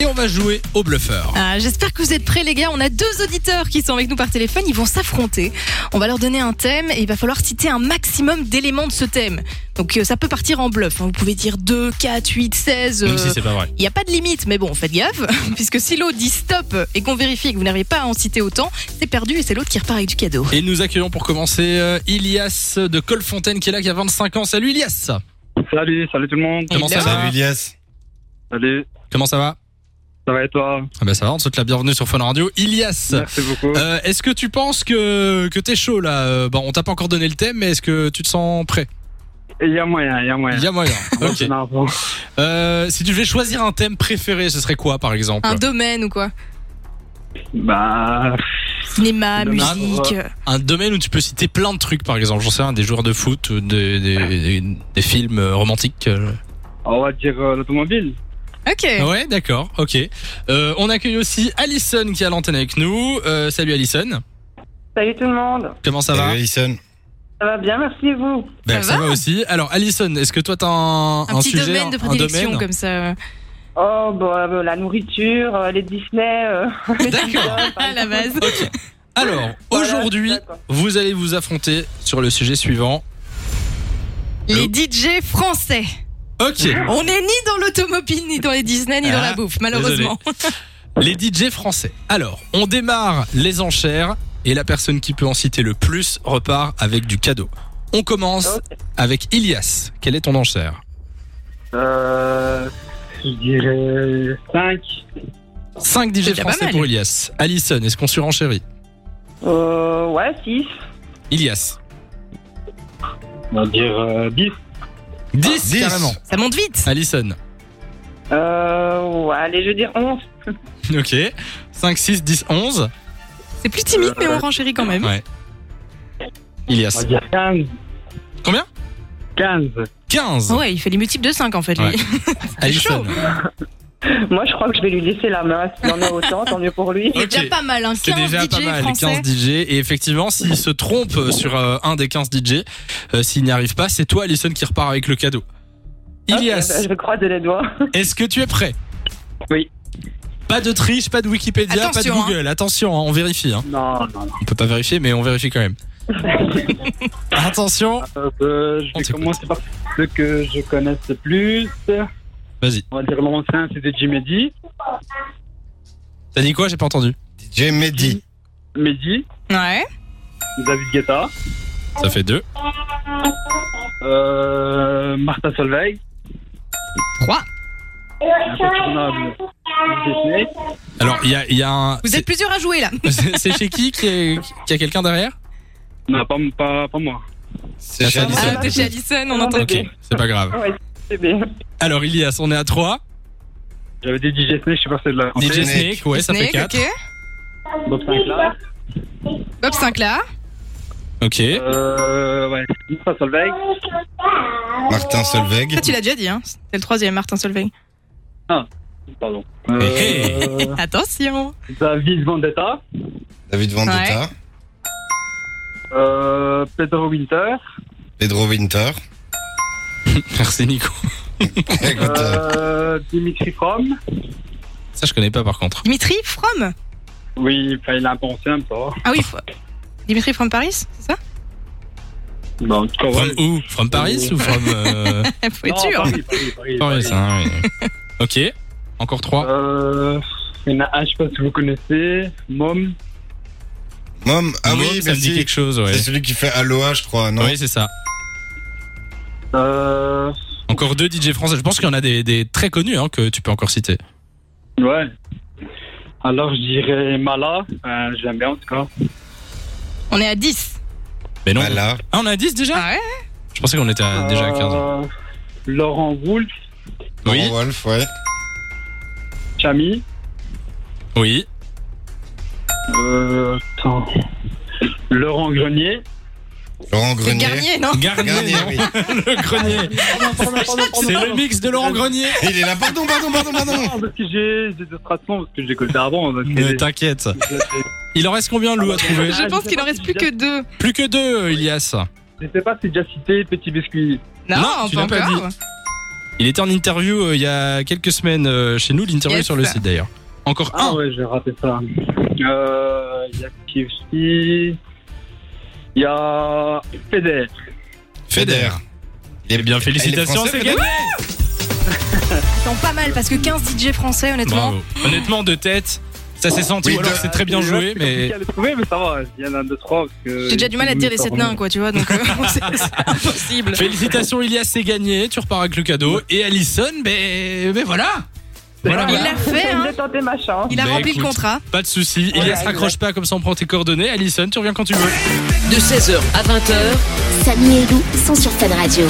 Et on va jouer au bluffeur. Ah, J'espère que vous êtes prêts les gars, on a deux auditeurs qui sont avec nous par téléphone, ils vont s'affronter. On va leur donner un thème et il va falloir citer un maximum d'éléments de ce thème. Donc euh, ça peut partir en bluff, hein. vous pouvez dire 2, 4, 8, 16. euh, Même si c'est pas vrai. Il n'y a pas de limite, mais bon, faites gaffe, puisque si l'autre dit stop et qu'on vérifie que vous n'arrivez pas à en citer autant, c'est perdu et c'est l'autre qui repart avec du cadeau. Et nous accueillons pour commencer euh, Ilias de Colfontaine qui est là, qui a 25 ans. Salut Ilias Salut, salut tout le monde. Comment ça Hello. va Elias. Salut, Comment ça va ça va et toi ah bah ça va, on te souhaite la bienvenue sur Fun Radio. Ilias, Merci beaucoup. euh, est-ce que tu penses que, que t'es chaud là Euh, Bon, on t'a pas encore donné le thème, mais est-ce que tu te sens prêt Il y a moyen, il y a moyen. Il y a moyen. Moi, ok. c'est marrant. Euh, si tu devais choisir un thème préféré, ce serait quoi par exemple Un domaine ou quoi Bah, Cinéma, Domaine. musique. euh, Un domaine où tu peux citer plein de trucs par exemple, j'en sais rien, des joueurs de foot, ou des, des, des- des films euh, romantiques. euh, on va dire euh, l'automobile. Ok. Ouais, d'accord, ok. Euh, on accueille aussi Alison qui est à l'antenne avec nous. Euh, salut Alison, Salut tout le monde. comment ça Salut, va Alison. Ça va bien, merci et vous. Ben, Ça Ça va va aussi. Alors Alison, est-ce que toi t'as un, Un, petit sujet, domaine de un- prédilection un domaine comme ça. euh, Oh, bah, euh, la nourriture, euh, les Disney. euh, D'accord. À la base. Alors voilà, aujourd'hui, c'est ça, quoi. vous allez vous affronter sur le sujet suivant. Les DJ français. Ok. On n'est ni dans l'automobile, ni dans les Disney, ni dans Ah, la bouffe, malheureusement. Les DJ français. Alors, on démarre les enchères et la personne qui peut en citer le plus repart avec du cadeau. On commence Ok. avec Ilias. Quelle est ton enchère Euh, je dirais 5. 5 C'est DJ déjà pas français mal. pour Ilias. Alison, est-ce qu'on surenchérit Euh, ouais, 6. Ilias. On va dire euh, 10. 10, Dix. carrément. Ça monte vite. Alison. Euh, ouais, allez, je veux dire 11. Ok. 5, 6, 10, 11. C'est plus timide, mais on renchérit quand même. Ouais. On Ilias. va dire 15. Combien 15. 15. Ouais, il fait les multiples de 5 en fait, lui. Ouais. Alison. Moi, je crois que je vais lui laisser la main. S'il en a autant, tant mieux pour lui. Il est Ok. déjà pas mal, hein. C'est 15 déjà DJ pas mal, français. 15 DJ. Et effectivement, s'il se trompe sur euh, un des 15 DJ, euh, s'il n'y arrive pas, c'est toi, Alison, qui repart avec le cadeau. Ok, Ilias, bah, je croise les doigts. est-ce que tu es prêt Oui. Pas de triche, pas de Wikipédia, Attention, pas de Google. Attention, hein, on vérifie. Hein. Non, non, non. On peut pas vérifier, mais on vérifie quand même. Attention. Euh, je On vais t'écoute. commencer par ceux que je connaisse le plus. Vas-y. On va dire l'ancien, c'était Jim Mehdi. T'as dit quoi J'ai pas entendu. DJ Mehdi. Mehdi, Ouais. David Guetta, Ça fait deux. euh, Martha Solveig. 3. Incontournable. Disney. Alors, il y a, il y a un. Vous êtes plusieurs à jouer là. C'est c'est chez qui qui est- qui a quelqu'un derrière Non, pas, pas, pas moi. C'est chez Alison. Ah, Alison. t'es chez Alison, on Non, entend. mais- Ok, c'est pas grave. Ouais, c'est bien. Alors Ilias, on est à 3. J'avais dit DJ Snake, je sais pas si c'est de la DJ Snake. Snake, ouais, ça fait Snake, 4. ok. Bob Sinclair. Bob Sinclair. Ok. Euh, ouais, Moussa Solveig. Martin Solveig. Ça, tu l'as déjà dit, hein. C'est le troisième, Martin Solveig. Pardon. Euh, eh. Hey. Attention. David Vendetta. David Vendetta. Euh, Pedro Winter. Pedro Winter. Merci Nico. Écoute, euh, Euh, Dimitri Fromm. Ça, je connais pas par contre. Dimitri From. Oui, enfin, il est un peu ancien, ça va. Ah oui, faut- Dimitri From Paris, c'est ça Bon, tu vois, From où From Paris ou from. euh, Faut être Non, sûr. Paris, Paris, Paris, Paris, Paris. hein, oui. Ok. Encore 3. Euh, il y en a un, je sais pas si vous connaissez. Mom. Mom. Ah oui, ça me dit merci. quelque chose, ouais. C'est celui qui fait Aloha, je crois, non Oui, c'est ça. Euh, Encore deux DJ français. Je pense qu'il y en a des, des très connus hein, que tu peux encore citer. ouais. Alors, je dirais Mala. Euh, J'aime bien, en tout cas. On est à 10. Mais non. Voilà. Ah, on a 10 déjà Ah ouais Je pensais qu'on était à- Ah, déjà à Ah. 15. Euh, Laurent Wolf. Oui. Laurent Wolf, ouais. Chami. Oui. Euh, attends. Laurent Grenier. Laurent C'est Grenier. Garnier, non Garnier, Garnier, non oui. le grenier. C'est le mix de Laurent Grenier. Il est là. Pardon, pardon, pardon, pardon. Non, parce que j'ai j'ai deux traces de noms, parce que je l'écoutais avant. donc Ne j'ai- t'inquiète. Il en reste combien, Lou, à trouver Ah, Je pense qu'il en reste plus que deux. Plus que deux, euh, Ilias. Je sais pas si c'est déjà cité Petit Biscuit. Non, Non, tu pas l'as pas encore. Il était en interview euh, il y a quelques semaines euh, chez nous, l'interview Yes. sur le site d'ailleurs. Encore Ah un. ouais, j'ai raté ça. Euh, Il y a KFC. Il y a Federer. Federer. Il Eh bien, il est félicitations, français, c'est Federer gagné. Attends, pas mal, parce que 15 DJ français, honnêtement. Bravo. Honnêtement, de tête, ça s'est senti. Oui, ou alors de- c'est très bien joué, mais compliqué à le trouver, mais ça va. Il y en a deux, trois. parce que- J'ai déjà du mal à te dire les Ils sont 7 nains, quoi, tu vois, donc euh, c'est c'est impossible. félicitations, Ilias, c'est gagné. Tu repars avec le cadeau. Et Allison, ben, ben voilà. Voilà, Il voilà. l'a fait, hein. J'ai tenté ma chance. Il a Bah, rempli le écoute. contrat. Pas de souci. Ouais, Ilias, raccroche pas comme ça on prend tes coordonnées. Allison, tu reviens quand tu veux. De 16h à 20h, Samy et Lou sont sur Fun Radio.